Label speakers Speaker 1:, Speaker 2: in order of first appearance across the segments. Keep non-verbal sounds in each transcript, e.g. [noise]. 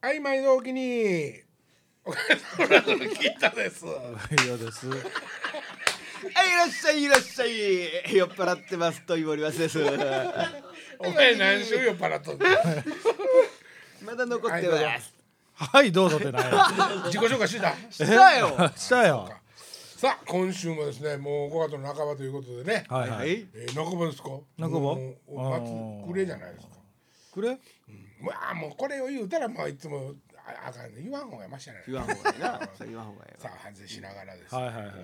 Speaker 1: はい、毎度お気に。おかげさまで聞いたです。
Speaker 2: よです。
Speaker 3: はい、いらっしゃい、いらっしゃい。酔っ払ってます、といぼりますです。 [laughs] ま
Speaker 1: お前何週酔っ払っとんねん
Speaker 3: だ残ってます。
Speaker 2: はい、どうぞってない。 [laughs]
Speaker 1: 自己紹介してた。
Speaker 3: したよ。
Speaker 2: したよ。
Speaker 1: さあ、今週もですね、もう5月の半ばということでね。
Speaker 2: はいは。
Speaker 3: はいい。
Speaker 1: えー、中場ですか。
Speaker 2: 中場
Speaker 1: もうお
Speaker 2: あー
Speaker 1: 初くれじゃないですか。
Speaker 2: くれ。
Speaker 1: まあ、もうこれを言うたら、まあ、いつも、あ、あかんね、言わん方がましやね。
Speaker 3: 言わんほうがいいな。それ言わんほうがいい
Speaker 1: [laughs] さあ、反省しながらです。
Speaker 2: はいはいはい。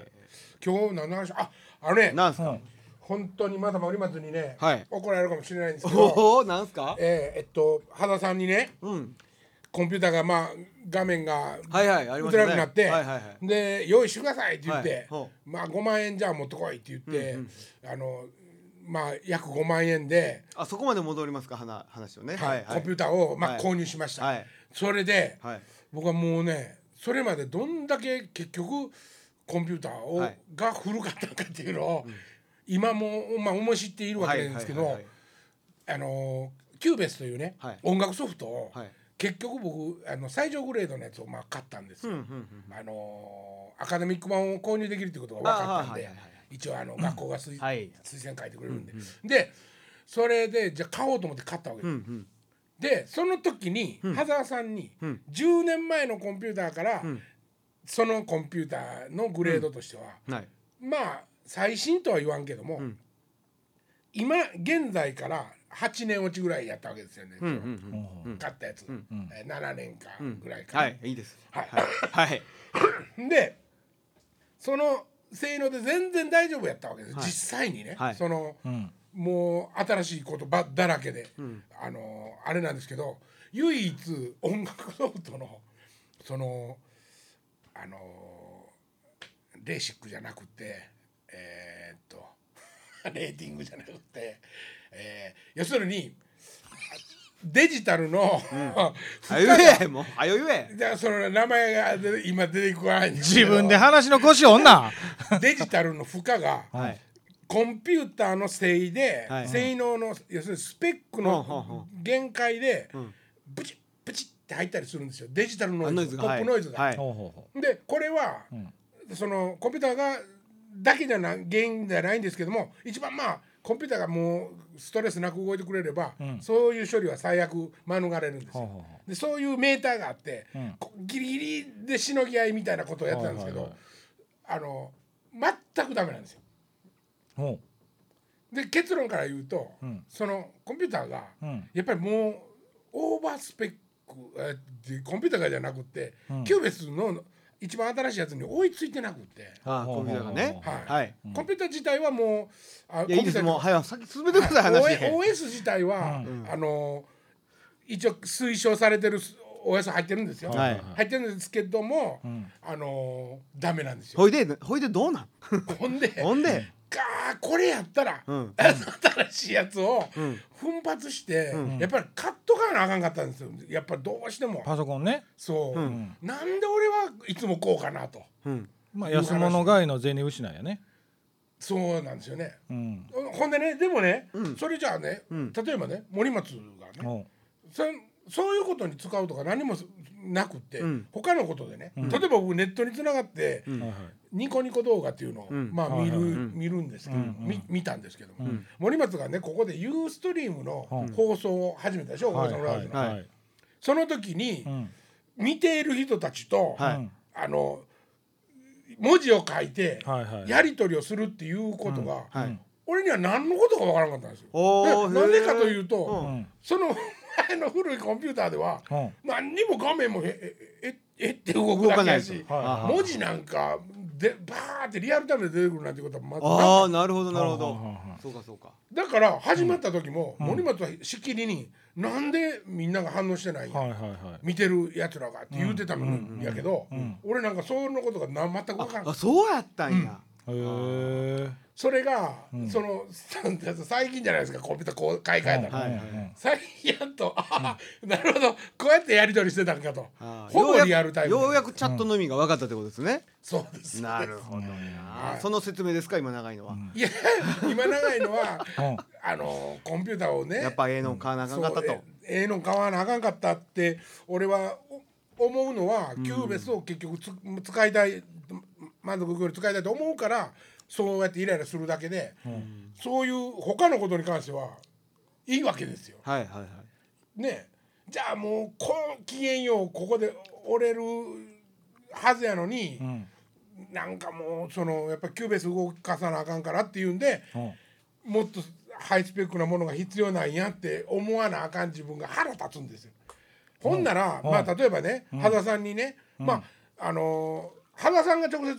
Speaker 1: 今日何の話、あ、あのね
Speaker 3: わ。、なんす
Speaker 2: う
Speaker 3: か
Speaker 2: ん。
Speaker 1: 本当にまだ森松にね、
Speaker 3: はい
Speaker 1: 怒られるかもしれないんですけど。
Speaker 3: おお、なんすか。
Speaker 1: えー、えっと、羽田さんにね。
Speaker 3: うん。
Speaker 1: コンピューターがまあ画面が
Speaker 3: はいはい、ありまし
Speaker 1: 映
Speaker 3: た
Speaker 1: ら
Speaker 3: ね。
Speaker 1: なくなって、
Speaker 3: はいはいはい。
Speaker 1: で用意してくださいって言って、
Speaker 3: はいほ
Speaker 1: まあ5万円じゃあ持ってこいって言って、あのまあ約5万円で、
Speaker 3: あ、そこまで戻りますか、話、話をね。はいは
Speaker 1: コン
Speaker 3: い
Speaker 1: ピュ。ーターをまあ
Speaker 3: はい
Speaker 1: 購入しました、
Speaker 3: はい。
Speaker 1: それで、
Speaker 3: はい。
Speaker 1: 僕はもうねそれまでどんだけ結局コンピューターを、
Speaker 3: はい
Speaker 1: が古かったのかっていうのを、今もまあ思い知っているわ
Speaker 3: は
Speaker 1: け
Speaker 3: い
Speaker 1: なん
Speaker 3: は
Speaker 1: で
Speaker 3: い
Speaker 1: すけ
Speaker 3: は
Speaker 1: ど
Speaker 3: い。
Speaker 1: あのキューベースというね、
Speaker 3: はい
Speaker 1: 音楽ソフトを、
Speaker 3: はい。
Speaker 1: 結局僕あの最上グレードのやつをまあ買ったんですよ、
Speaker 3: うんうん
Speaker 1: あのーアカデミック版を購入できるってことが分かったんで、
Speaker 3: あはいはいはい
Speaker 1: 一応あの学校が推,、
Speaker 3: はい
Speaker 1: 推薦書いてくれるんで、でそれでじゃあ買おうと思って買ったわけです、
Speaker 3: うんうん。
Speaker 1: でその時に、羽沢さんに、
Speaker 3: ん
Speaker 1: 10年前のコンピューターから、
Speaker 3: ん
Speaker 1: そのコンピューターのグレードとしては、
Speaker 3: うん。はい。
Speaker 1: まあ最新とは言わんけども、
Speaker 3: ん
Speaker 1: 今現在から8年落ちぐらいやったわけですよね、
Speaker 3: うんうんうん。
Speaker 1: 買ったやつ、えー7年か
Speaker 3: うん。
Speaker 1: ぐらいかな、
Speaker 3: はい、いいです。
Speaker 1: はい
Speaker 3: はい。はい。
Speaker 1: でその性能で全然大丈夫やったわけです、
Speaker 3: はい
Speaker 1: 実際にね、
Speaker 3: はい
Speaker 1: その
Speaker 2: うん。
Speaker 1: もう新しいことばだらけで、
Speaker 3: ん
Speaker 1: あのあれなんですけど唯一音楽ソフトのそのあのレーシックじゃなくてえーっと [laughs] レーティングじゃなくて、えー要するにデジタルの、 [laughs]
Speaker 3: はよ言え、もう、はよ言え。
Speaker 1: じゃあその名前がで今出てこないんですけ
Speaker 2: 自
Speaker 1: ど
Speaker 2: 分で話の腰女。
Speaker 1: デジタルの負荷が
Speaker 2: はい。
Speaker 1: コンピューターのせいで、
Speaker 3: はい
Speaker 1: 性能の要するにスペック
Speaker 3: ほうほうほ
Speaker 1: の限界で
Speaker 3: ん
Speaker 1: ブチッブチッって入ったりするんですよデジタルノ
Speaker 3: あノ
Speaker 1: イ
Speaker 3: イ
Speaker 1: ズ
Speaker 3: ズが
Speaker 1: ポップノイズが。
Speaker 3: はい
Speaker 2: ほうほうほ
Speaker 1: でこれは、
Speaker 2: ん
Speaker 1: そのコンピューターがだけじゃな原因じゃないんですけども一番まあコンピューターがもうストレスなく動いてくれれば、そういう処理は最悪免れるんですよ。
Speaker 2: ほうほうほ
Speaker 1: でそういうメーターがあって、
Speaker 2: ん
Speaker 1: こギリギリでしのぎ合いみたいなことをやってたんですけど、
Speaker 2: はい
Speaker 1: あの全くダメなんですよ。
Speaker 2: う。ほ
Speaker 1: で結論から言うと、
Speaker 2: ん
Speaker 1: そのコンピューターが、
Speaker 2: うん
Speaker 1: やっぱりもうオーバースペックえーでコンピューターがじゃなくて、キューベスの一番新しいやつに追いついてなくて、
Speaker 3: ああ、コンピューターがね。
Speaker 1: は
Speaker 3: はいい。
Speaker 1: コンピューター自体はもうあ
Speaker 3: いや、いいです。もう、はい、先進めてください、 [laughs] 話。
Speaker 1: OS, OS 自体は、あの一応推奨されてる OS 入ってるんですよ、
Speaker 3: はい
Speaker 1: 入ってるんですけども、あのダメなんですよ。
Speaker 3: ほいで、ほいでどうなん
Speaker 1: ほんで
Speaker 3: ほんで、
Speaker 1: かこれやったら、[laughs]
Speaker 3: ん
Speaker 1: 新しいやつを
Speaker 3: ん
Speaker 1: 奮発して、やっぱり買っとかなあかんかったんですよやっぱりどうしても
Speaker 2: う。パソコンね。
Speaker 1: そう、
Speaker 3: うん
Speaker 1: なんで俺はいつもこうかなと
Speaker 3: うん、
Speaker 2: まあ、安物買いの銭失いやね。
Speaker 1: そうなんですよね
Speaker 2: うん。
Speaker 1: ほんでねでもね、
Speaker 3: うん
Speaker 1: それじゃあね、
Speaker 3: うん
Speaker 1: 例えばね森松がね、
Speaker 2: ほう。
Speaker 1: そそういうことに使うとか何もなくって、
Speaker 3: うん
Speaker 1: 他のことでね、例えば僕ネットにつながって、
Speaker 3: うん
Speaker 2: はいはい。
Speaker 1: ニコニコ動画っていうのを、
Speaker 3: ん
Speaker 1: まあ見る、
Speaker 2: はいはい
Speaker 1: 見るんですけど、
Speaker 2: うん
Speaker 1: み見たんですけども、森松がねここでユーストリームの
Speaker 2: うん
Speaker 1: 放送を始めたでしょ、
Speaker 2: は
Speaker 1: 放送
Speaker 2: い
Speaker 1: のラジオ
Speaker 2: はい
Speaker 1: の
Speaker 2: はい。
Speaker 1: その時に
Speaker 2: うん。
Speaker 1: 見ている人たちと、
Speaker 3: はい
Speaker 2: うん
Speaker 1: あの文字を書いて、
Speaker 2: はいはい。
Speaker 1: やり取りをするっていうことが、
Speaker 3: はい。
Speaker 1: 俺には何のことかわからなかったんですよ。
Speaker 3: おー
Speaker 1: でなんでかというと、
Speaker 3: う
Speaker 2: うん。
Speaker 1: その前の古いコンピューターでは、
Speaker 2: うん。
Speaker 1: 何にも画面もええええって動くだけやし
Speaker 2: 動かないです
Speaker 1: 文字なんかでバーってリアルタイムで出てくるなんてことはまず
Speaker 3: ああ、なるほど、なるほ
Speaker 2: は
Speaker 3: ど
Speaker 2: いはいはい。
Speaker 3: そうか、そうか。
Speaker 1: だから始まった時も森松はしきりに「なんでみんなが反応してないんや
Speaker 2: はいはいはい。
Speaker 1: 見てるやつらが」って言うてたのにやけど
Speaker 2: ん
Speaker 1: 俺なんかそんなことがな全く分からん
Speaker 3: あ、そうやったんや。
Speaker 2: へえ。
Speaker 1: それがそのなんてやつ最近じゃないですかコンピューターこう買い替えたの。
Speaker 3: はい、は
Speaker 2: うんうん
Speaker 3: い。
Speaker 1: 最近やっとああなるほどこうやってやり取りしてたんかと
Speaker 3: あー
Speaker 1: ほぼ
Speaker 3: ようやく
Speaker 1: リアルタイム
Speaker 3: ようやくチャットのみが分かったってことですね。
Speaker 1: そうです
Speaker 3: なるほどな
Speaker 1: うん。
Speaker 3: その説明ですか、今長いのは。
Speaker 1: いや今長いのは [laughs]
Speaker 2: うん
Speaker 1: あのコンピューターをね
Speaker 3: やっぱええの買わなあかんかった
Speaker 1: そ
Speaker 3: と
Speaker 1: う。ええの買わなあかんかったって俺はお思うのはキューベスを結局つ、使いたい満足いくより使いたいと思うからそうやってイライラするだけで、そういう他のことに関してはいいわけですよ。
Speaker 3: はいはいはい
Speaker 1: ねじゃあもうこ機嫌ようここで折れるはずやのに、
Speaker 2: ん
Speaker 1: なんかもうそのやっぱキューベース動かさなあかんからっていうんで
Speaker 2: うん
Speaker 1: もっとハイスペックなものが必要なんやって思わなあかん自分が腹立つんですよ。ほんなら、
Speaker 2: うん
Speaker 1: まあ例えばね、羽田さんにね、まああのー羽田さんが直接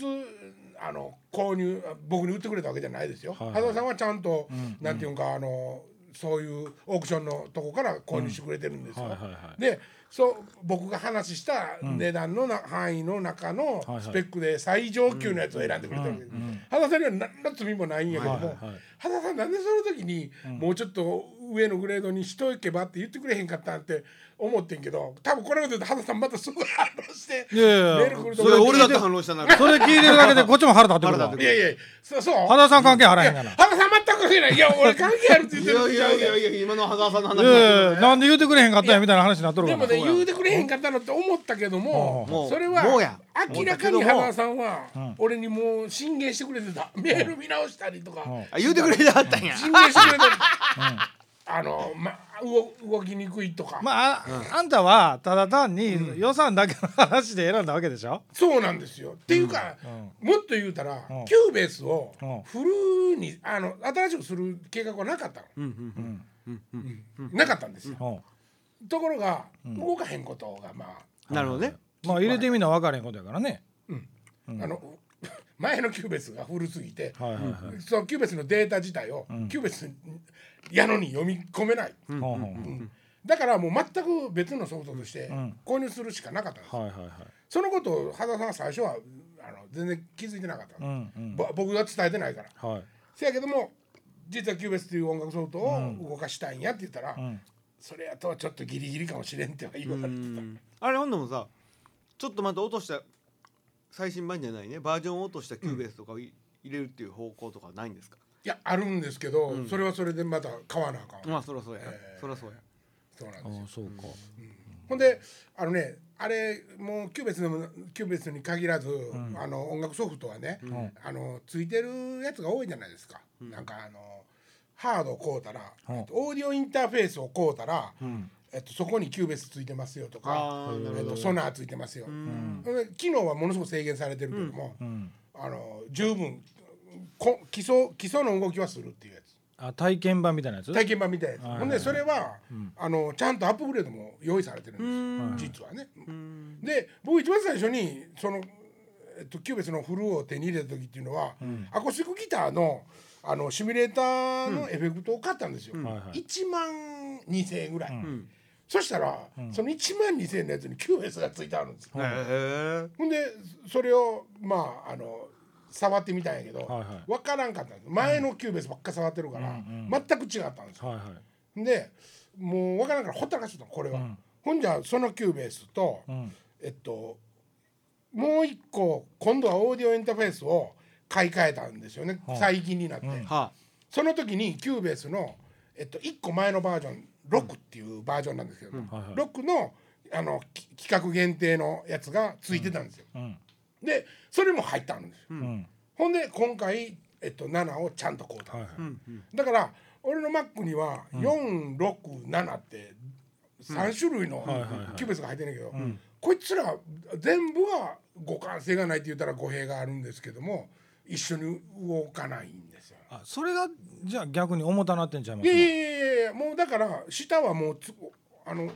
Speaker 1: あの購入僕に売ってくれたわけじゃないですよ。
Speaker 2: はい
Speaker 1: 羽田さんはちゃんと、なんていうんかあのそういうオークションのとこから購入してくれてるんですよ。
Speaker 2: はいはいはい
Speaker 1: でそう僕が話した値段のな、範囲の中の
Speaker 2: はいはい
Speaker 1: スペックで最上級のやつを選んでくれたわけです。羽田さんには何の罪もないんやけども、
Speaker 2: はいはいはい
Speaker 1: 羽田さんなんでその時にもうちょっと上のグレードにしとけばって言ってくれへんかったんって思ってんけど多分これこと言うと羽田さんまたすぐ反応して
Speaker 2: いやいや
Speaker 1: メール来ると思
Speaker 3: それ
Speaker 1: う
Speaker 3: 俺だって反応したんだから
Speaker 2: それ聞いてるだけでこっちも腹立ってくるわ
Speaker 3: 腹立
Speaker 1: いやいやそうそう
Speaker 2: 羽田さん関係あらへんが
Speaker 1: い
Speaker 2: な
Speaker 1: や羽田さん全く関係ないいや俺関係あるって言っ
Speaker 3: い
Speaker 1: てる
Speaker 3: やいやいやいや今の羽沢さんの話だ
Speaker 2: い
Speaker 3: けど
Speaker 2: やいやなんで言うてくれへんかったんやみたいな話になっとる
Speaker 1: で
Speaker 2: わ
Speaker 1: も
Speaker 2: な
Speaker 1: ね言うてくれへんかったのって思ったけども
Speaker 2: うん
Speaker 3: もう
Speaker 1: それは
Speaker 3: もうや
Speaker 1: 明らかに羽田さんは俺にもう進言してくれてたメール見直したりとか
Speaker 2: うん
Speaker 3: あ言うてくれなかったんや
Speaker 1: 進言してくれてたあのま動動きにくいとか
Speaker 2: まあああんたはただ単に予算だけの話で選んだわけでしょ
Speaker 1: そうなんですよ。っていうか、もっと言うたら、
Speaker 2: ん
Speaker 1: キューベースを
Speaker 2: うん
Speaker 1: フルにあの新しくする計画はなかったの、うんなかったんですよ。
Speaker 2: うん
Speaker 1: ところが、動かへんことがまあ、
Speaker 3: なるほどね
Speaker 2: まあ入れてみな分からへんことやからね
Speaker 1: あの [laughs] 前のキューベースが古すぎて、
Speaker 2: はいはいはい
Speaker 1: そのキューベースのデータ自体を、キューベースやのに読み込めない。
Speaker 2: うんうんうん
Speaker 1: だからもう全く別のソフトとして
Speaker 2: ん
Speaker 1: 購入するしかなかったんです、
Speaker 2: はいはいはい
Speaker 1: そのことを羽田さんは最初はあの全然気づいてなかった
Speaker 2: う
Speaker 1: の、
Speaker 2: んうん
Speaker 1: ぼ僕が伝えてないから
Speaker 2: はい
Speaker 1: せやけども実はキューベースという音楽ソフトを動かしたいんやって言ったら、
Speaker 2: ん
Speaker 1: それやとはちょっとギリギリかもしれんっては言われてた、
Speaker 3: うんあれほんでもさちょっとまた落とした最新版じゃないねバージョンを落としたキューベースとかをい入れるっていう方向とかないんですか
Speaker 1: いやあるんですけど、それはそれでまた買わなあかんわ、
Speaker 3: まあそりゃそうやなそりゃそうや
Speaker 1: そうなん
Speaker 2: あ
Speaker 1: ですよ
Speaker 2: あそうか
Speaker 1: ほんであのねあれもうキューベースでもキューベースに限らず、あの音楽ソフトはね、あのついてるやつが多いじゃないですか、なんかあのハードを買うたら、
Speaker 2: うん
Speaker 1: えっとオーディオインターフェースを買うたら、えっと、そこにキューベースついてますよとか
Speaker 3: あーなる
Speaker 1: えっと、ソナーついてますよ、で機能はものすごく制限されてるけども、あの十分こ基礎基礎の動きはするっていうやつ
Speaker 2: あ体験版みたいなやつ
Speaker 1: 体験版みたいなやつ、ほんでそれは、あのちゃんとアップグレードも用意されてるんですよ実はね。で僕一番最初にその、えっと、キューベスのフルを手に入れた時っていうのは、アコースティックギターのあのシミュレーターのエフェクトを買ったんですよ、
Speaker 2: はいはい
Speaker 1: 1万2,000円ぐらい、そしたら、その1万2,000円のやつにキューベスがついてあるんですよ、
Speaker 3: へ
Speaker 1: ほんでそれをまああの触ってみたんやけど、
Speaker 2: はいはい
Speaker 1: 分からんかったんです前のキューベスばっか触ってるから、全く違ったんですよ
Speaker 2: はいはい
Speaker 1: でもう分からんからほったらかしとったのこれは、ほんじゃそのキューベースと、えっともう一個今度はオーディオインターフェースを買い替えたんですよね、最近になって、
Speaker 3: えは
Speaker 1: その時にキューベースの、えっと、1個前のバージョン6っていうバージョンなんですけど、
Speaker 2: はいはい
Speaker 1: 6のあのき企画限定のやつがついてたんですよ、
Speaker 2: ん
Speaker 1: でそれも入ってあるんですよ、
Speaker 2: ん
Speaker 1: ほんで今回、えっと、7をちゃんとこうた
Speaker 2: はいはい
Speaker 1: だから俺のマックには467って3種類のキューベスが入ってんねんけど、こいつら全部は互換性がないって言ったら語弊があるんですけども一緒に動かないんですよ。
Speaker 2: あそれがじゃあ逆に重たなってんちゃいま
Speaker 1: い
Speaker 2: す
Speaker 1: やいやいやいやもうだから下はもうつあの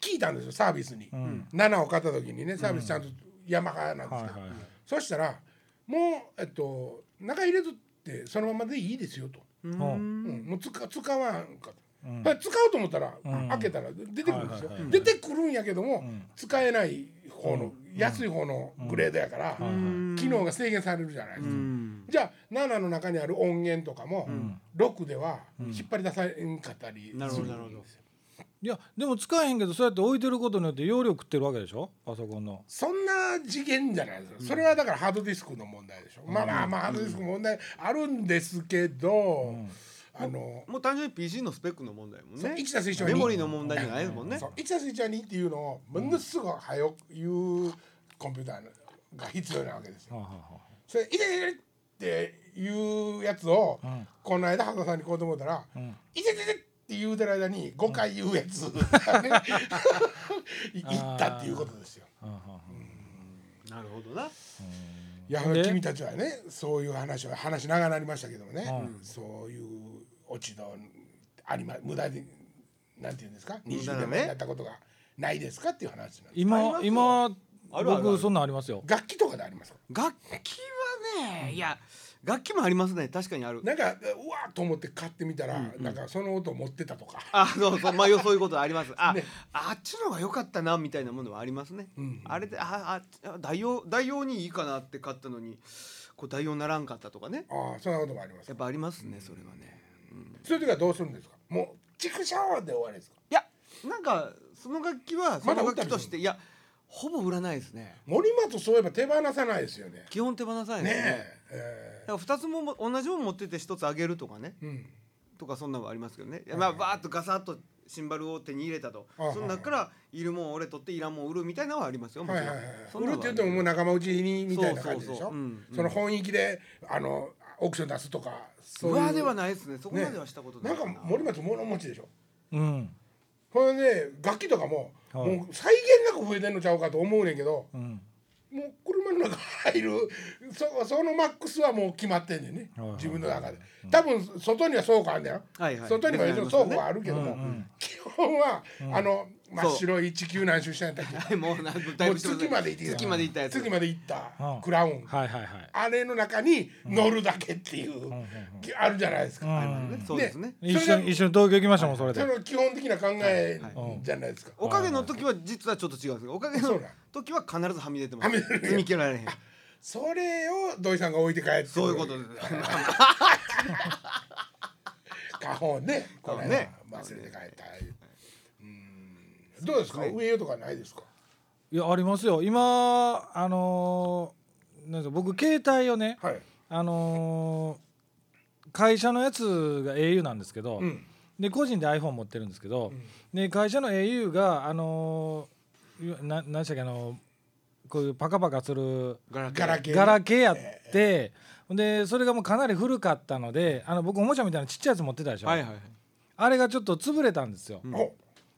Speaker 1: 聞いたんですよサービスに、7を買った時にねサービスちゃんと山川なんですけど、
Speaker 2: はいはいはい
Speaker 1: そしたらもうえっと中入れとってそのままでいいですよと。
Speaker 2: うん
Speaker 1: うん、もう使使わんかった、だから使おうと思ったら、開けたら出てくるんですよ、
Speaker 2: はいはいはい
Speaker 1: 出てくるんやけども、使えない方の、安い方のグレードやから、機能が制限されるじゃないですか、じゃあ7の中にある音源とかも、6では引っ張り出されんかったりするん
Speaker 3: な
Speaker 1: で
Speaker 3: る
Speaker 1: す
Speaker 3: ほ
Speaker 1: よ、
Speaker 3: どなるほど
Speaker 2: いやでも使えへんけどそうやって置いてることによって容量食ってるわけでしょパソコンの
Speaker 1: そんな次元じゃないですよ、それはだからハードディスクの問題でしょ、まあまあまあハードディスクの問題あるんですけど、あの
Speaker 3: もう単純に PC のスペックの問題もん
Speaker 1: そう
Speaker 3: ね
Speaker 1: 生田選手は
Speaker 3: メ
Speaker 1: に
Speaker 3: モリの問題じゃないですもんね
Speaker 1: そう生田選手はにっていうのをものすごい早く言うコンピューターが必要なわけですよ。
Speaker 2: はあはあは
Speaker 1: それ「いててて」っていうやつを、
Speaker 2: ん
Speaker 1: この間羽田さんにこうと思ったら「
Speaker 2: ん
Speaker 1: いててて」って言うてる間に5回言うやつ、 [laughs] い言ったっていうことですよ。
Speaker 2: あはあはあ
Speaker 3: なるほどない
Speaker 1: や
Speaker 2: で
Speaker 1: 君たちはねそういう話は話し長くなりましたけどもね、
Speaker 2: うん
Speaker 1: そういう落ち度ありま無駄になんて言うんですか
Speaker 3: 無駄
Speaker 1: 20
Speaker 3: なね
Speaker 1: 年前にやったことがないですかっていう話なんです
Speaker 3: あり
Speaker 2: 今
Speaker 3: ますよ
Speaker 2: 今
Speaker 3: あるある
Speaker 2: 僕そんなんありますよ
Speaker 1: 楽器とかでありますか
Speaker 3: 楽器はねいや楽器もありますね確かにある
Speaker 1: なんかうわーと思って買ってみたら、なんかその音持ってたとか、
Speaker 3: あそうそうまあよそういうことありますあ、
Speaker 1: ね
Speaker 3: あっちの方が良かったなみたいなものはありますね、
Speaker 1: うん
Speaker 3: あれでああ代用代用にいいかなって買ったのにこう代用ならんかったとかね
Speaker 1: ああそんなこともあります
Speaker 3: やっぱありますねそれはね
Speaker 1: そういう時はどうするんですかもう畜生で終わりですか
Speaker 3: いやなんかその楽器はそ
Speaker 1: まだ
Speaker 3: の
Speaker 1: 売っ
Speaker 3: 楽
Speaker 1: た
Speaker 3: 器
Speaker 1: り
Speaker 3: としていやほぼ売らないですね
Speaker 1: 森松そういえば手放さないですよね
Speaker 3: 基本手放さないですね
Speaker 1: ねえ
Speaker 3: だから2つもも同じもの持ってて1つあげるとかね
Speaker 1: えーうん
Speaker 3: とかそんなのはありますけどね、いやまあバーッとガサッとシンバルを手に入れたと、
Speaker 1: はいはい
Speaker 3: その中からいるもん俺取っていらんもん売るみたいなのはありますよも
Speaker 1: は
Speaker 3: ち
Speaker 1: い
Speaker 3: ろ
Speaker 1: は
Speaker 3: ん
Speaker 1: いはい
Speaker 3: そ
Speaker 1: 売
Speaker 3: ん
Speaker 1: る
Speaker 3: な
Speaker 1: っ
Speaker 3: の
Speaker 1: て言
Speaker 3: は
Speaker 1: ってももう仲間内にみたいな感じで
Speaker 3: そう
Speaker 1: し
Speaker 3: そう
Speaker 1: ょ
Speaker 3: そううんうん
Speaker 1: その本域であの奥さん出すとかそう
Speaker 3: う
Speaker 1: いう
Speaker 3: わではないですねそこま
Speaker 1: ね
Speaker 3: ではしたことな
Speaker 1: ないんか森松物持ちでしょ
Speaker 2: うん
Speaker 1: これね楽器とかも、
Speaker 2: はい
Speaker 1: もう際限なく増えてんのちゃうかと思うねんけど
Speaker 2: うん
Speaker 1: もう車の中入るそそのマックスはもう決まってんねんね、
Speaker 2: はいはい
Speaker 1: 自分の中で多分外には倉庫あるんだよ、
Speaker 3: はいはい
Speaker 1: 外には
Speaker 3: 別にあります
Speaker 1: 倉
Speaker 3: よね
Speaker 1: 庫はあるけども、
Speaker 2: うんうん
Speaker 1: 基本は、あの真っ白い地球何周したんやったっ
Speaker 3: はいもうなんか
Speaker 1: け
Speaker 3: [laughs] だい
Speaker 1: も
Speaker 3: ぶ
Speaker 1: う月まで行ってきた
Speaker 3: 月まで行ったやつ
Speaker 1: 月まで行った
Speaker 2: うん
Speaker 1: クラウン、
Speaker 2: はいはいはい
Speaker 1: あれの中に乗るだけっていう、
Speaker 2: うん
Speaker 1: きあるじゃないですか、
Speaker 2: うん
Speaker 3: ありますねそうですね
Speaker 2: 一
Speaker 1: それ
Speaker 2: 緒
Speaker 1: が
Speaker 2: に一緒に東京行きましたもんそれ
Speaker 1: そ
Speaker 2: で
Speaker 1: の基本的な考え
Speaker 3: はい
Speaker 2: はい
Speaker 1: じゃないですか、
Speaker 3: おかげの時は実はちょっと違うんですけどおかげ
Speaker 1: そ
Speaker 3: の
Speaker 1: うだ
Speaker 3: 時は必ずはみ出てます
Speaker 1: はみ出る
Speaker 3: 積み切られへん
Speaker 1: それを土井さんが置いて帰ってくる
Speaker 3: そういうことです
Speaker 1: 花本ねこれね
Speaker 3: ね
Speaker 1: 忘れて帰ったうんどうですか上よとかないですか
Speaker 2: いやありますよ今あのーなんですか僕携帯をね
Speaker 1: はい
Speaker 2: あのー会社のやつが au なんですけど、
Speaker 1: うん
Speaker 2: で個人で iPhone 持ってるんですけど、で会社の au があのー、な何でしたっけあのこういうパカパカする
Speaker 3: ガラ
Speaker 1: ガラケー
Speaker 2: ガラケーやって、でそれがもうかなり古かったのであの僕おもちゃみたいなちっちゃいやつ持ってたでしょ、
Speaker 3: はいはいはい
Speaker 2: あれがちょっと潰れたんですよ。
Speaker 3: うん
Speaker 1: お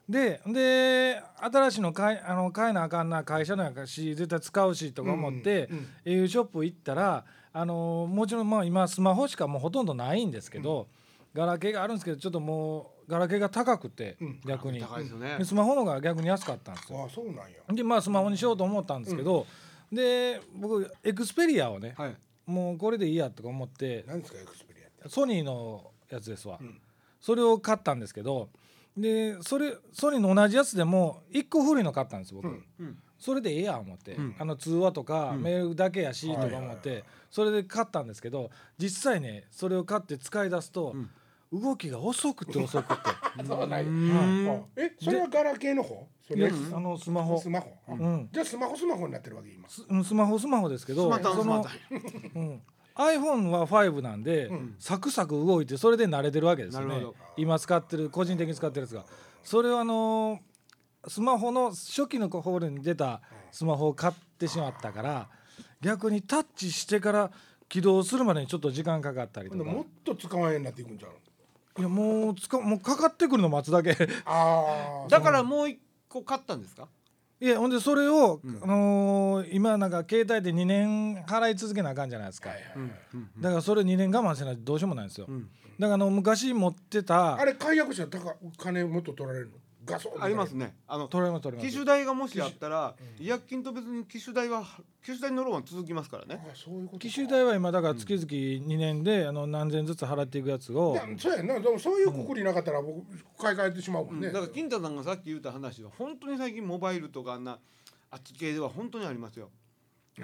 Speaker 2: でで新しいの買いあの買えなあかんな会社のやからし絶対使うしとか思って、
Speaker 1: うんうん
Speaker 2: au ショップ行ったらあのもちろんまあ今スマホしかもうほとんどないんですけど、ガラケーがあるんですけどちょっともうガラケーが高くて、
Speaker 1: うん
Speaker 2: 逆に
Speaker 3: 高いですよね
Speaker 2: でスマホの方が逆に安かったんですよ
Speaker 1: あそうなんや
Speaker 2: でまあスマホにしようと思ったんですけど、で僕エクスペリアをね、
Speaker 3: はい
Speaker 2: もうこれでいいやとか思って
Speaker 1: 何ですかエクスペリアって
Speaker 2: ソニーのやつですわ、
Speaker 1: ん
Speaker 2: それを買ったんですけどでそれソニーの同じやつでも1個古いの買ったんです僕、
Speaker 1: うん
Speaker 3: うん
Speaker 2: それでええやん思って、
Speaker 3: うん
Speaker 2: あの通話とか
Speaker 3: うん
Speaker 2: メールだけやしとか
Speaker 1: はいはい
Speaker 2: 思って、それで買ったんですけど実際ねそれを買って使い出すと、動きが遅くて遅くて
Speaker 1: そうなんや
Speaker 3: ん
Speaker 1: あえそれはガラケーの方そ
Speaker 2: いや
Speaker 1: れ
Speaker 2: あのスマホ
Speaker 1: スマホあ
Speaker 2: ん
Speaker 1: じゃあスマホスマホになってるわけ今
Speaker 2: スうんスマホスマホですけど
Speaker 3: スマタン
Speaker 2: そ
Speaker 3: スマ
Speaker 2: の
Speaker 3: タン
Speaker 2: うん、iPhone は5なんで、
Speaker 1: ん
Speaker 2: サクサク動いてそれで慣れてるわけですよ
Speaker 3: な
Speaker 2: ね
Speaker 3: るほど
Speaker 2: 今使ってる個人的に使ってるやつがそれはあのースマホの初期のホールに出たスマホを買ってしまったから逆にタッチしてから起動するまでにちょっと時間かかったり
Speaker 1: ほ
Speaker 2: と
Speaker 1: んで
Speaker 2: か
Speaker 1: もっと使わんようになっていくんじゃん
Speaker 2: いやもうつかもうかかってくるの待つだけ [laughs]
Speaker 1: ああ
Speaker 3: だからもう一個買ったんですか
Speaker 2: いやほんでそれを、あのー今なんか携帯で2年払い続けなあかんじゃないですか、
Speaker 3: うんうん
Speaker 2: だからそれ2年我慢せないとどうしようもないんですよ、
Speaker 3: ん
Speaker 2: だからあの昔持ってた
Speaker 1: あれ解約したら高金もっと取られるのガソン
Speaker 3: ありますねあの
Speaker 2: 取れます取れま
Speaker 3: 機
Speaker 2: す
Speaker 3: 種代がもしあったら医薬金と別に機種代は機種代のローンは続きますから
Speaker 1: あ
Speaker 3: ね
Speaker 1: そういうことか
Speaker 2: 機種代は今だから月々2年で、あの何千ずつ払っていくやつを
Speaker 1: いやそうやんなでもそういうくくりなかったら僕買い替えてしまうもんね
Speaker 3: だから金太さんがさっき言った話は本当に最近モバイルとかあんなあっち系では本当にありますよ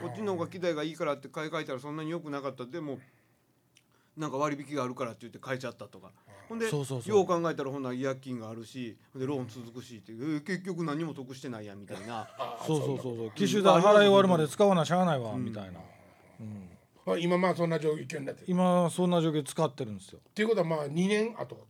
Speaker 3: こっちの方が機材がいいからって買い替えたらそんなに良くなかったでもなんか割引があるからって言って変えちゃったとかほんで
Speaker 2: そうそうそう
Speaker 3: よう考えたらほんなら違約金があるしほんでローン続くしって、えー結局何も得してないやん
Speaker 2: [laughs]
Speaker 3: みたいな
Speaker 2: そうそうそうそう機種代払い終わるまで使わなしゃあないわ、みたいな
Speaker 1: まあ、今まあそんな状況になってる
Speaker 2: 今そんな状況使ってるんですよ
Speaker 1: っていうことはまあ2年後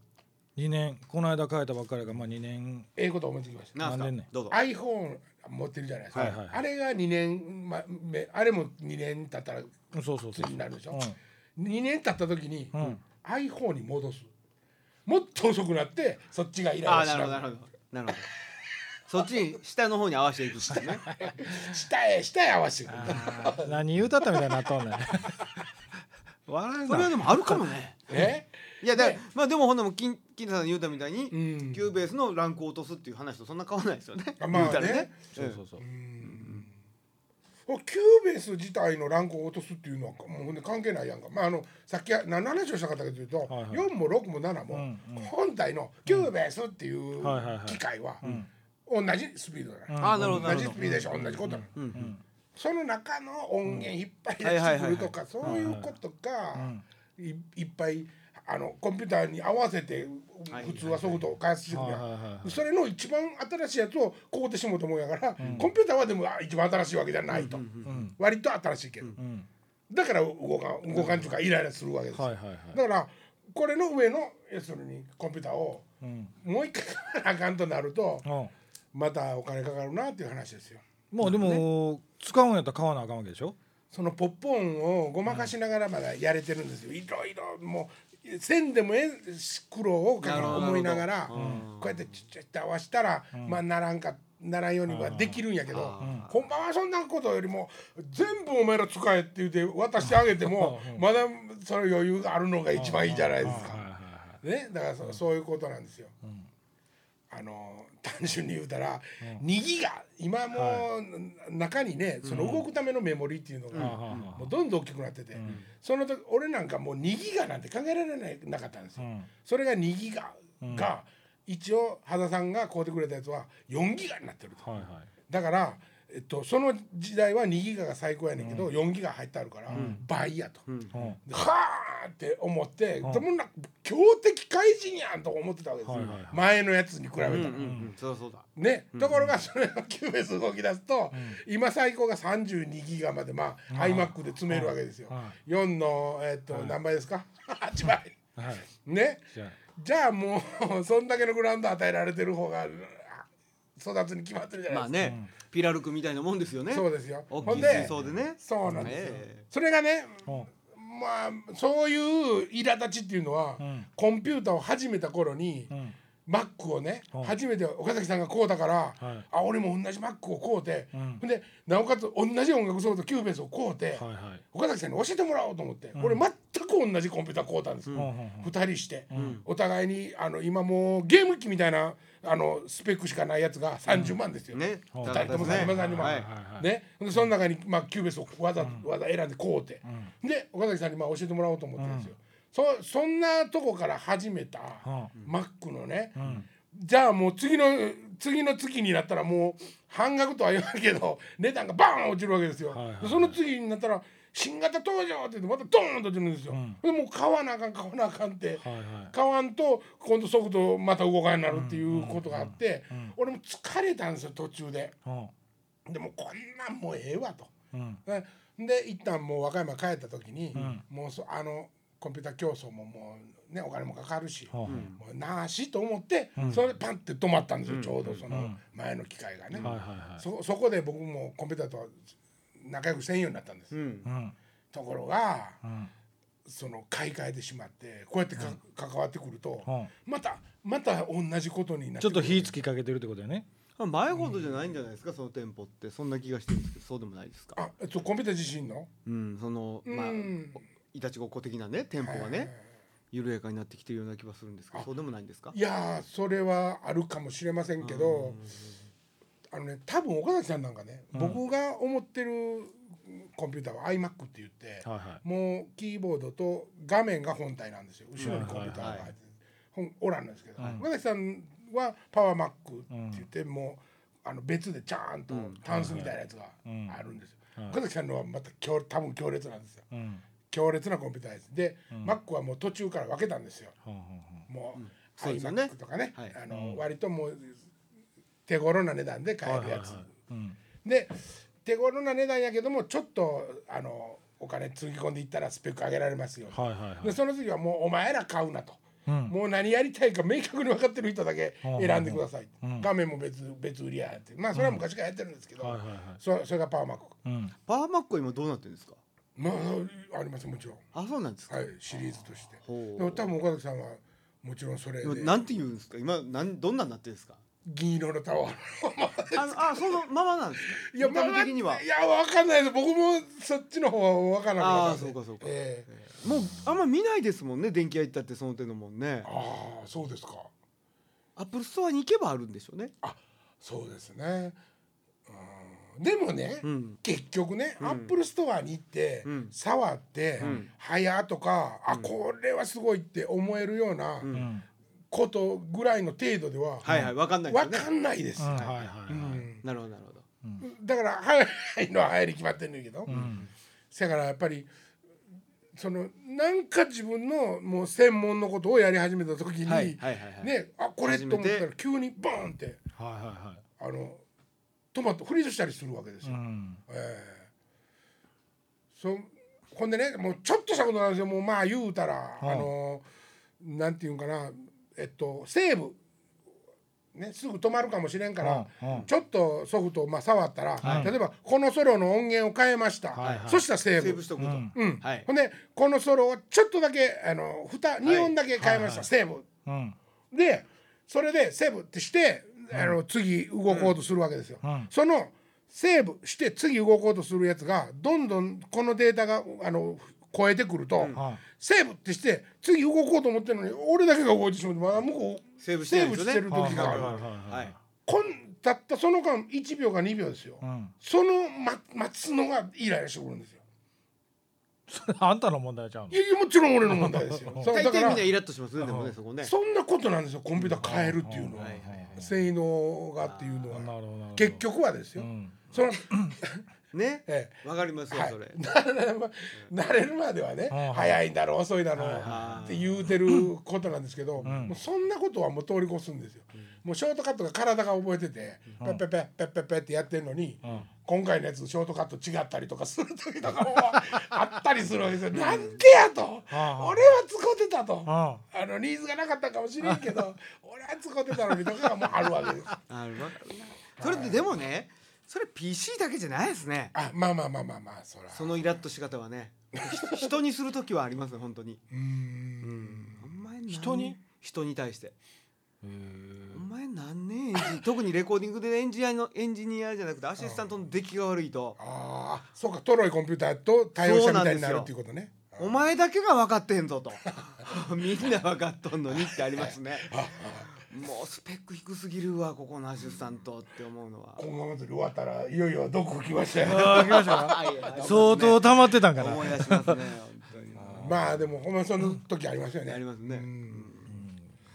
Speaker 2: 2年この間変えたばっかりがまあ2年
Speaker 1: ええこと思いつきました
Speaker 3: なんす
Speaker 2: な
Speaker 3: か
Speaker 2: んでね
Speaker 3: どうぞ
Speaker 1: iPhone 持ってるじゃないですか、
Speaker 2: はいはい
Speaker 1: あれが2年、ま、めあれも2年経ったら
Speaker 2: そうそうそう
Speaker 1: 次になるでしょ、
Speaker 2: う
Speaker 1: 2年経った時に、
Speaker 2: んうん
Speaker 1: iPhone に戻すもっと遅くなってそっちがイライ
Speaker 3: ああ
Speaker 1: ラ
Speaker 3: な
Speaker 1: し
Speaker 3: るほどなる
Speaker 1: な
Speaker 3: ほどなるほどそっちに下の方に合わせていくってい
Speaker 1: [laughs]
Speaker 3: うね
Speaker 1: 下へ下へ合わせてくる
Speaker 2: あー [laughs] 何言うたったみたいになっ [laughs] とんねん笑え
Speaker 3: それはでもあるかもね
Speaker 1: ね、
Speaker 3: いやだからまあでもほんでも金金田さんが言うたみたい
Speaker 1: う
Speaker 3: に、
Speaker 1: ん
Speaker 3: キューベースのランクを落とすっていう話とそんな変わらないですよね。
Speaker 1: あ [laughs] まあね
Speaker 3: 言うたらね。
Speaker 2: そうそうそう
Speaker 1: [laughs] おキューベース自体のランクを落とすっていうのはもうほんで関係ないやんか、まあ、あのさっき何の話をしたかったかというと、
Speaker 2: はいはい
Speaker 1: 4も6も7も、
Speaker 2: うんうん
Speaker 1: 本体のキューベースっていう
Speaker 2: はいはいはい
Speaker 1: 機械は
Speaker 2: ん
Speaker 1: 同じスピードだ、
Speaker 2: うん
Speaker 3: ああなるほど
Speaker 1: 同
Speaker 3: なる
Speaker 1: じ
Speaker 3: ほ
Speaker 1: ス
Speaker 3: ど。
Speaker 1: ピードでしょ、同じことなの、
Speaker 3: うんうん
Speaker 2: ん
Speaker 1: その中の音源いっぱい出してくるとか、そういうことが、いいっぱいあのコンピューターに合わせて
Speaker 3: はい
Speaker 1: 普通はソフトを開発してくるやん
Speaker 2: はいはいはいはい
Speaker 1: それの一番新しいやつを買うてしもうと思うやから、コンピューターはでもあ一番新しいわけじゃないと、
Speaker 2: うん
Speaker 1: 割と新しいけど、
Speaker 2: うん
Speaker 1: だから動かん動かんというかイライラするわけです、
Speaker 2: はいはいはい
Speaker 1: だからこれの上の要するにコンピューターを
Speaker 2: うん
Speaker 1: もう一回買わなあかんとなると
Speaker 2: うん
Speaker 1: またお金かかるなっていう話ですよ。
Speaker 2: まあでも使うんやったら買わなあかんわけでしょ
Speaker 1: そのポップ音をごまかしながらまだやれてるんですよ。いろいろもうせんでもええし苦労をか
Speaker 3: なるほど
Speaker 1: 思いながら
Speaker 3: なる
Speaker 1: こ
Speaker 3: ほどうん
Speaker 1: うやってちっちゃいって合わしたら、まあならんかならんようにはできるんやけど、
Speaker 3: あ
Speaker 1: 本番はそんなことよりも全部お前ら使えって言って渡してあげて [laughs] もまだその余裕があるのが一番いいじゃないです
Speaker 2: はいはい
Speaker 1: か。
Speaker 2: はい
Speaker 1: ね、だからそ,、うそういうことなんですよ。あの単純に言うたら、2ギガ今もう中にねその動くためのメモリーっていうのが、
Speaker 2: はあはあはあ
Speaker 1: もうどんどん大きくなってて、その時俺なんかもう2ギガなんて考えられないなかったんですよ、
Speaker 2: うん
Speaker 1: それが2ギガが、一応羽田さんが買うてくれたやつは4ギガになってると、
Speaker 2: はいはい
Speaker 1: だから、えっと、その時代は2ギガが最高やねんけど、4ギガ入ってあるから、倍やと、
Speaker 2: うん
Speaker 1: ではあって思って、でもな強敵怪人やんと思ってたわけですよ、
Speaker 2: はいはいはい
Speaker 1: 前のやつに比べたら。
Speaker 3: うんうんうん。そうだそうだ。
Speaker 1: ね、ところがそれがキューベース動き出すと、今最高が32ギガまでまあ iMac で詰めるわけですよ。
Speaker 2: は
Speaker 1: 4の、えっと何倍ですか [laughs] 8倍
Speaker 2: はい
Speaker 1: ね
Speaker 2: じゃあ
Speaker 1: じゃあもうそんだけのグラウンド与えられてる方がうん育つに決まってるじゃないですか、
Speaker 3: まあね、ピラルクみたいなもんですよね。
Speaker 1: そうですよ
Speaker 3: 大
Speaker 1: ほ
Speaker 3: き
Speaker 1: ん
Speaker 3: い
Speaker 1: で
Speaker 3: 水槽でね。
Speaker 1: そうなんですよ、
Speaker 3: ねえ
Speaker 1: それがね
Speaker 2: うん
Speaker 1: まあそういう苛立ちっていうのは、
Speaker 2: ん
Speaker 1: コンピューターを始めた頃に、
Speaker 2: ん
Speaker 1: マックをね、
Speaker 2: うん
Speaker 1: 初めて岡崎さんがこうだから、
Speaker 2: はい
Speaker 1: あ俺も同じマックをこうて、
Speaker 2: うん
Speaker 1: ほんでなおかつ同じ音楽ソフトキューベースをこうて、
Speaker 2: はいはい
Speaker 1: 岡崎さんに教えてもらおうと思って、俺全く同じコンピューターこうたんですよ、
Speaker 2: うんうんうん
Speaker 1: 2人して、お互いにあの今もうゲーム機みたいなあのスペックしかないやつが30万ですよ、
Speaker 3: ね。
Speaker 2: うん
Speaker 1: 二人ともさんまさんにも、
Speaker 3: はい
Speaker 1: ね、でその中に、まあ、キューベースをわざわざ選んでこうて、で岡崎さんにまあ教えてもらおうと思ってるんですよ、そそんなとこから始めたマックのね、じゃあもう次の次の月になったらもう半額とは言わんけど値段がバーン落ちるわけですよ、
Speaker 2: はいはいはい
Speaker 1: でその次になったら新型登場って言ってまたドーンと落ちるんですよ、でもう買わなあかん買わなあかんって、
Speaker 2: はいはい
Speaker 1: 買わんと今度ソフトまた動かんなるっていうことがあって、俺も疲れたんですよ途中で。
Speaker 2: うん
Speaker 1: でもこんなんもうええわと。
Speaker 2: うん
Speaker 1: ねで一旦もう和歌山帰った時に、もうそあのコンピューター競争ももうねお金もかかるし、
Speaker 2: はあはあ
Speaker 1: もうなしと思って、それでパンって止まったんですよ、ちょうどその前の機会がね、
Speaker 2: はいはいはい
Speaker 1: そそこで僕もコンピューターと仲良くせんようになったんです、
Speaker 3: うん。
Speaker 2: うん
Speaker 1: ところが
Speaker 2: うん
Speaker 1: その買い替えてしまってこうやってか、関わってくると、
Speaker 2: うん
Speaker 1: またまた同じことになっ
Speaker 2: ち
Speaker 1: て
Speaker 2: ょっ
Speaker 1: く
Speaker 2: と
Speaker 1: る
Speaker 2: 火つきかけてるってことだよね
Speaker 3: 前ほどじゃないんじゃないですか。その店舗ってそんな気がしてるんですけど、そうでもないですか。
Speaker 1: あそうコンピューター自身の、
Speaker 3: うん。そのまあ
Speaker 1: うん
Speaker 3: いたちごっこ的なね店舗がね緩やかになってきてるような気がするんですけど、そうでもないんですか。
Speaker 1: いやーそれはあるかもしれませんけどあのね多分岡崎さんなんかね、僕が思ってるコンピューターは iMac って言って、
Speaker 2: はいは
Speaker 1: もうキーボードと画面が本体なんですよ後ろにコンピューターが入ってる、本おらんなんですけど、岡崎さんはパワーマックって言って、もうあの別でちゃんとタンスみたいなやつがあるんですよ、岡崎さんのはまた強多分強烈なんですよ
Speaker 2: いうん
Speaker 1: 強烈なコンピューターですで、マックはもう途中から分けたんですよ、
Speaker 2: はあはあは
Speaker 1: もう、
Speaker 3: そうです
Speaker 1: iMac
Speaker 3: よね
Speaker 1: とかね、
Speaker 3: はい
Speaker 1: あの割ともう手頃な値段で買えるやつ、
Speaker 2: あうん
Speaker 1: で手頃な値段やけどもちょっとあのお金つぎ込んでいったらスペック上げられますよ、
Speaker 2: はいはいはい
Speaker 1: でその次はもうお前ら買うなと、
Speaker 2: うん
Speaker 1: もう何やりたいか明確に分かってる人だけ選んでください、
Speaker 2: うん
Speaker 1: 画面も別別売りやってまあそれは昔からやってるんですけど、
Speaker 2: はいはいはい
Speaker 1: そそれがパーマーク
Speaker 2: うん
Speaker 3: パーマックは今どうなってるんですか
Speaker 1: まあありますもちろん
Speaker 3: あそうなんですか、
Speaker 1: はいシリーズとして
Speaker 3: ほう
Speaker 1: でも多分岡崎さんはもちろんそれで
Speaker 3: 今なんて言うんですか今なんどんなんなってるんですか
Speaker 1: 銀色のタ
Speaker 3: [laughs]
Speaker 1: ワー
Speaker 3: あのあそのままなんですか
Speaker 1: いや
Speaker 3: 見
Speaker 1: ま
Speaker 3: た
Speaker 1: あ
Speaker 3: 目的にはい
Speaker 1: やわかんないです僕もそっちの方は分からなかったんで
Speaker 3: あーそうかそうか
Speaker 1: ええ
Speaker 3: もうあんま見ないですもんね電気屋行ったってその手のもんね
Speaker 1: ああそうですか
Speaker 3: アップルストアに行けばあるんでしょうね
Speaker 1: あそうですねうんでもね、
Speaker 3: うん
Speaker 1: 結局ね、アップルストアに行って、
Speaker 3: うん
Speaker 1: 触って、
Speaker 3: ん
Speaker 1: はやとか、あこれはすごいって思えるような
Speaker 2: うんうん
Speaker 1: ことぐらいの程度では、
Speaker 3: はいはいわかんないですよ
Speaker 1: 分
Speaker 3: ね
Speaker 1: かんないです、
Speaker 2: はいは
Speaker 1: う
Speaker 2: いはい
Speaker 1: ん
Speaker 3: なるほどなるほど
Speaker 1: だから早いのは早いに決まってんねんけど、
Speaker 2: うん
Speaker 1: せやからやっぱりそのなんか自分のもう専門のことをやり始めた時に、
Speaker 3: はいはいはいはい
Speaker 1: ねあこれと思った
Speaker 3: 初め
Speaker 1: ら急にバーンって
Speaker 2: はいはいは
Speaker 1: あのトマトフリーズしたりするわけです
Speaker 2: い
Speaker 1: よ。
Speaker 2: うん
Speaker 1: ええそほんでねもうちょっとしたことなんですよもうまあ言うたら、
Speaker 2: い
Speaker 1: あのなんていうんかなえっとセーブ、ね、すぐ止まるかもしれんから、
Speaker 2: うんうん
Speaker 1: ちょっとソフトをまあ触ったら、
Speaker 2: はい
Speaker 1: 例えばこのソロの音源を変えました、
Speaker 2: はいはい
Speaker 1: そしたらセーブ
Speaker 3: セーブしとくと、
Speaker 2: うん
Speaker 1: うん
Speaker 3: はい
Speaker 1: ほんでこのソロをちょっとだけあの蓋2音だけ変えました、
Speaker 2: はいはい
Speaker 1: セーブ
Speaker 2: うん
Speaker 1: でそれでセーブってして、あの次動こうとするわけですよ、
Speaker 2: うん
Speaker 1: そのセーブして次動こうとするやつがどんどんこのデータがあの超えてくると、
Speaker 2: はい
Speaker 1: セーブってして次動こうと思ってるのに俺だけが動いてしまってまだ向こう
Speaker 3: セーブしてないんですよね
Speaker 1: セーブしてる時がある、
Speaker 2: はいはいはい
Speaker 3: は
Speaker 2: はい
Speaker 3: い
Speaker 1: こんたったその間1秒か2秒ですよ、
Speaker 2: うん
Speaker 1: その、ま、待つのがイライラしてくるんですよ
Speaker 2: それあんたの問題ちゃうの
Speaker 1: いやもちろん俺の問題です
Speaker 2: [laughs]
Speaker 1: よそう
Speaker 3: 大
Speaker 1: だか
Speaker 3: 抵みん
Speaker 1: ら
Speaker 3: なイラッとしますねでもねそこね
Speaker 1: そんなことなんですよコンピューター変えるっていうのは
Speaker 3: はいはいはい
Speaker 1: 性能がっていうの
Speaker 2: なるほどな
Speaker 1: は
Speaker 2: るほど
Speaker 1: 結局はですよ、
Speaker 2: ん
Speaker 1: その
Speaker 3: ね
Speaker 1: え
Speaker 3: わかりますよ
Speaker 1: はい
Speaker 3: それ、
Speaker 1: 慣れるま慣れるまではね
Speaker 2: うん
Speaker 1: 早いんだろう遅いだろう
Speaker 3: はい
Speaker 1: って言うてることなんですけどもうそんなことはもう通り越すんですよもうショートカットが体が覚えててペッペッペッペッペッペッってやってるのに今回のやつショートカット違ったりとかする時とかもあったりするわけですよなんでやと俺
Speaker 2: あ
Speaker 1: は使ってたと
Speaker 2: あ
Speaker 1: あのニーズがなかったかもしれんけ [laughs] ど俺は使ってたのにとかがもうあるわけです
Speaker 3: あるわかるなそれってでもねそれ PC だけじゃないですね
Speaker 1: あまあまあまあまあまあそら
Speaker 3: そのイラッとし方はねひ [laughs] 人にする時はありますね本当に
Speaker 1: うーん
Speaker 3: お前
Speaker 2: 人に
Speaker 3: 人に対してお前何年エンジ特にレコーディングでエンジニアのエンジニアじゃなくてアシスタントの出来が悪いと
Speaker 1: ああそうかトロイコンピューターと対応したみたいになるっていうことね
Speaker 3: お前だけが分かってへんぞとみんな分かっとんのにってありますねもうスペック低すぎるわここのアシスタントって思うのは
Speaker 1: 今後祭り終わったらいよいよどこ来ましたよ
Speaker 2: あー来ましたか相当溜まってたんかな
Speaker 3: 思い出しますね本当に
Speaker 1: まあでもほんまその時ありますよ
Speaker 3: あ
Speaker 1: ね
Speaker 3: りますね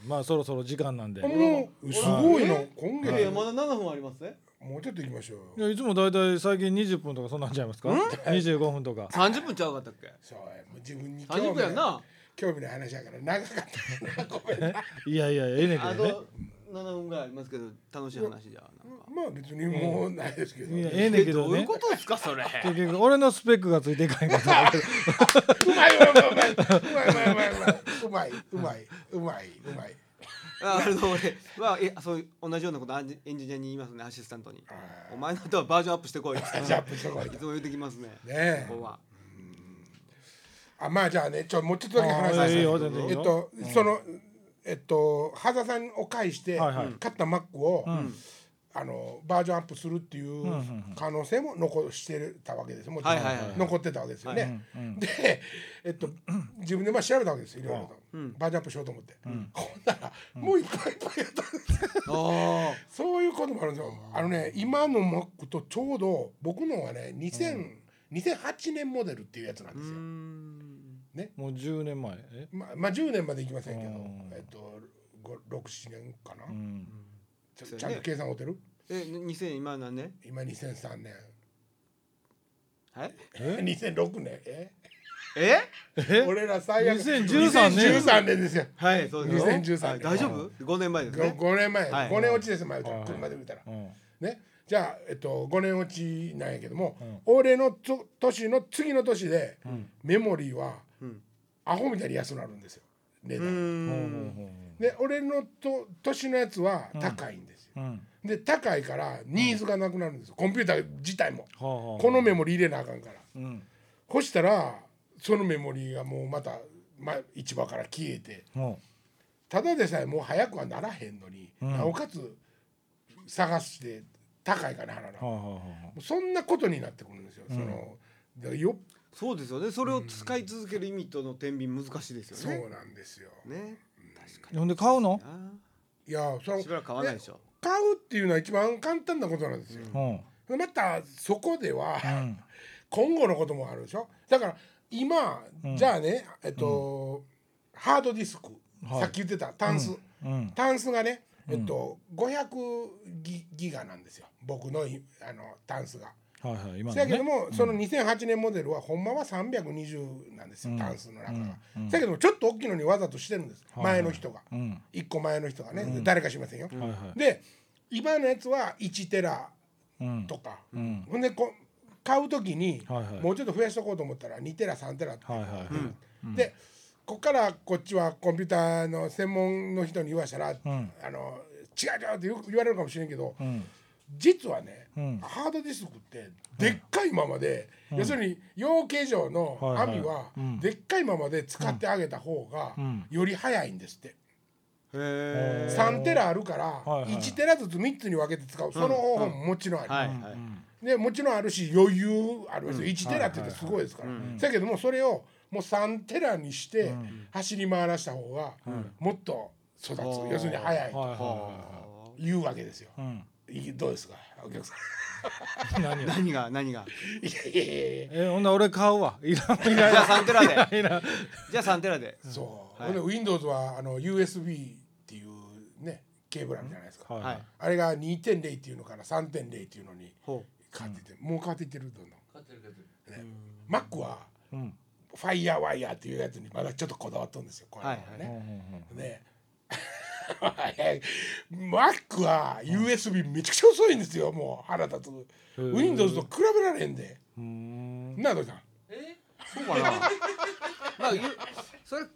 Speaker 2: まあそろそろ時間なんで
Speaker 1: もうすごいの
Speaker 3: え
Speaker 1: 今
Speaker 3: いやい
Speaker 1: 月
Speaker 3: やまだ7分ありますね
Speaker 1: もうちょっと行きましょう
Speaker 2: い
Speaker 1: よ
Speaker 2: やいつもだいたい最近20分とかそんなんちゃいますか25分とか
Speaker 3: 30分ちゃうかったっけ
Speaker 1: そうやもう自分に
Speaker 3: 30
Speaker 1: 興味
Speaker 3: 分やんな
Speaker 1: 興味の話 [laughs] やから長かったなごめんない
Speaker 2: やいやええねん
Speaker 3: あ
Speaker 2: けどね
Speaker 3: と7分ぐらいありますけど楽しい話じゃあなんか
Speaker 1: まあ別にもうないですけど
Speaker 2: いやええねんけど
Speaker 3: ういう
Speaker 2: ね
Speaker 3: ことですかそれ
Speaker 2: 結局俺のスペックがついていかへんかった
Speaker 1: うまいうまいうまいうまいうまいうまいうまいうまいうまい
Speaker 3: あの俺はえそういう同じようなことアンジエンジニアに言いますねアシスタントにお前の人はバージョンアップしてこいって
Speaker 1: ジャンプしてこい
Speaker 3: [laughs] いつも言ってきますね
Speaker 1: ねえ
Speaker 3: ここは
Speaker 1: あまあじゃあねちょもうちょっとだけ話させ
Speaker 2: あい
Speaker 1: て
Speaker 2: い
Speaker 1: え
Speaker 2: よ全然いいよ
Speaker 1: っと、そのえっと羽田さんを介して、
Speaker 2: はいはい
Speaker 1: 買ったマックを、あのバージョンアップするっていう可能性も残してたわけですもちろん、
Speaker 3: はいはいはい
Speaker 1: 残ってたわけですよね、で、えっと、自分でまあ調べたわけですよいろいろと、バージョンアップしようと思って、ほんなら、もういっぱいいっぱいやったんです
Speaker 3: あ
Speaker 1: そういうこともあるんですよ。あのね、今の Mac とちょうど僕のはね、2000、2008年モデルっていうやつなんですよ。
Speaker 2: もう10年前え
Speaker 1: まあまあ10年までいきませんけど
Speaker 2: うん、
Speaker 1: えっとご六七年かな。
Speaker 2: うん
Speaker 1: ちょ
Speaker 3: そうね
Speaker 1: ちゃんと計算合ってる？
Speaker 3: え2000今何年
Speaker 1: 今2003年、
Speaker 3: はい
Speaker 1: [laughs] 2006年、え
Speaker 3: え
Speaker 2: え
Speaker 1: 俺ら最悪
Speaker 2: 2013年
Speaker 1: 2013年ですよ。
Speaker 3: はいそうです
Speaker 1: 2013
Speaker 3: はい大丈夫5年前です
Speaker 1: 5
Speaker 3: ね
Speaker 1: 年前、
Speaker 3: はい
Speaker 1: 5年落ちですよ前
Speaker 2: はい
Speaker 1: 車で見たら
Speaker 2: うん
Speaker 1: ね。じゃあ、えっと、5年落ちなんやけども、俺のつ年の次の年で、メモリーは、
Speaker 3: ん
Speaker 1: アホみたいに安くなるんですよ値
Speaker 3: う
Speaker 1: 段、
Speaker 3: ん
Speaker 1: で俺のと年のやつは高いんですよ、
Speaker 2: うん
Speaker 1: で高いからニーズがなくなるんですよコンピューター自体も、
Speaker 2: はあはあ
Speaker 1: このメモリー入れなあかんから
Speaker 2: うん
Speaker 1: そしたらそのメモリーがもうまた、ま、市場から消えて
Speaker 2: も
Speaker 1: ただでさえもう早くはならへんのに、なおかつ探して高いから払う
Speaker 2: うはあはあはあ
Speaker 1: そんなことになってくるんですよ。そのだからよ
Speaker 3: そうですよねそれを使い続ける意味との天秤難しいです
Speaker 1: そ
Speaker 3: よね
Speaker 1: うなんですよ。
Speaker 3: ね
Speaker 2: ほんで買うの
Speaker 3: あ
Speaker 1: いやそ
Speaker 3: ー
Speaker 1: の
Speaker 3: しばらく買わないでしょ
Speaker 1: 買うっていうのは一番簡単なことなんですよ。
Speaker 2: うん
Speaker 1: またそこでは、
Speaker 2: うん
Speaker 1: [laughs] 今後のこともあるでしょ。だから今、じゃあねえっと、ハードディスク、
Speaker 2: はい
Speaker 1: さっき言ってたタンス、
Speaker 2: うん
Speaker 1: タンスがねえっと、500ギギガなんですよ僕のいあのタンスが。
Speaker 2: はいはい今
Speaker 1: せや
Speaker 2: の
Speaker 1: けど
Speaker 2: ね
Speaker 1: も、その2008年モデルはほんまは320なんですよ、タンスの中が。せやけどもちょっと大きいのにわざとしてるんです、前の人が、
Speaker 2: うん
Speaker 1: 一1個前の人がね、誰かしませんよ。
Speaker 2: はいはい
Speaker 1: で今のやつは1テラ
Speaker 2: うん
Speaker 1: とか、ほんでこ買う時に
Speaker 2: はいはい
Speaker 1: もうちょっと増やしとこうと思ったら2テラ3テラって
Speaker 2: はいはいはい
Speaker 1: でこっからこっちはコンピューターの専門の人に言わしたら、あの違う違うってよく言われるかもしれんけど、実はね、
Speaker 2: ん
Speaker 1: ハードディスクってでっかいままで、要するに養鶏場の
Speaker 2: はいはい
Speaker 1: 網はでっかいままで使ってあげた方がより早いんですって。
Speaker 3: へえ
Speaker 1: 3テラあるから
Speaker 2: はいはい
Speaker 1: 1テラずつ3つに分けて使うその方法ももちろんある、
Speaker 3: はいはい
Speaker 1: でもちろんあるし余裕あるんですよ、1テラって言ってすごいですから、だけどもそれをもう3テラにして走り回らした方がもっと育つ、
Speaker 3: うん
Speaker 1: 要するに早い
Speaker 2: はい
Speaker 1: と
Speaker 2: はいは
Speaker 3: あ
Speaker 1: いうわけですよ、
Speaker 2: いうん
Speaker 1: いどうですかお客さん
Speaker 2: 何を [laughs]
Speaker 3: ー何が何が
Speaker 1: いやいやいやいや
Speaker 2: えほんなら俺買うわいらんいらん
Speaker 3: じゃあ3テラでじゃあ3テラで
Speaker 1: そう、
Speaker 3: はい
Speaker 1: ほんで Windows はあの USB っていうねケーブルあるじゃないですか、
Speaker 2: はい
Speaker 3: は
Speaker 2: はいい
Speaker 1: あれが2.0っていうのから3.0っていうのに
Speaker 3: ほ
Speaker 1: 変わってて、もう変わっていってるどんどん
Speaker 4: 勝ってる勝ってる
Speaker 1: マックは
Speaker 2: うん
Speaker 1: ファイヤーワイヤーっていうやつにまだちょっとこだわっとるんですよこれはね。
Speaker 3: はいは
Speaker 2: うんうん
Speaker 1: で [laughs] マックは USB めちゃくちゃ遅いんですよもう腹立つ
Speaker 2: ー
Speaker 1: Windows と比べられへんで
Speaker 2: うん
Speaker 1: なあどうさん
Speaker 4: え
Speaker 3: うそうかなまあゆそれ比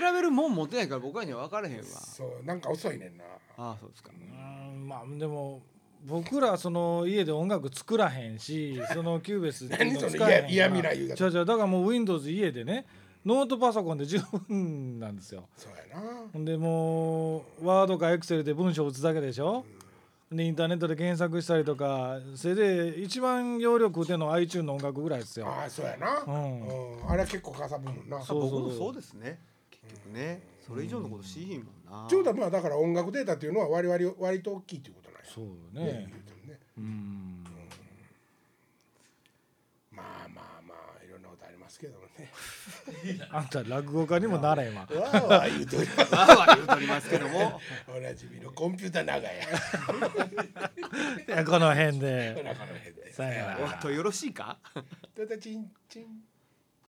Speaker 3: べるもん持ってないから僕らには分からへんわ
Speaker 1: そうなんか遅いねんな
Speaker 3: ああそうですか
Speaker 2: うんまあでも僕らその家で音楽作らへん
Speaker 1: [laughs]
Speaker 2: しそのキューベースっていう
Speaker 1: 何
Speaker 2: の
Speaker 1: その
Speaker 2: 使えへんから
Speaker 1: 嫌嫌味な言い方
Speaker 2: 違う違うだからもう Windows 家でねノートパソコンで十分なんですよ
Speaker 1: そうやな
Speaker 2: ほんでもうワードかエクセルで文章打つだけでしょでインターネットで検索したりとかそれで一番容量食うてんの iTune の音楽ぐらいですよ
Speaker 1: ああそうやな、うんんあれは結構かさぶもんな
Speaker 3: あ
Speaker 2: うそう
Speaker 3: 僕
Speaker 2: そう
Speaker 3: もそうですね結局ねそれ以上のことしひんもんな
Speaker 1: ちょうどまあだから音楽データっていうのは割割割と大きいっていうことなんや
Speaker 2: そう
Speaker 1: ね
Speaker 2: ね
Speaker 1: 言うてもね
Speaker 2: うん
Speaker 1: まあまあまあいろんなことありますけども
Speaker 2: [laughs]
Speaker 1: ね
Speaker 2: あんた落語家にもなれ今
Speaker 1: わーわー言うております
Speaker 3: [laughs] まあは言うとりますけども
Speaker 1: おなじみのコンピューター長
Speaker 2: [laughs]
Speaker 1: 屋
Speaker 2: この辺で
Speaker 1: 中の辺で
Speaker 2: さよなら
Speaker 3: おっとよろしいか
Speaker 1: ただチンチン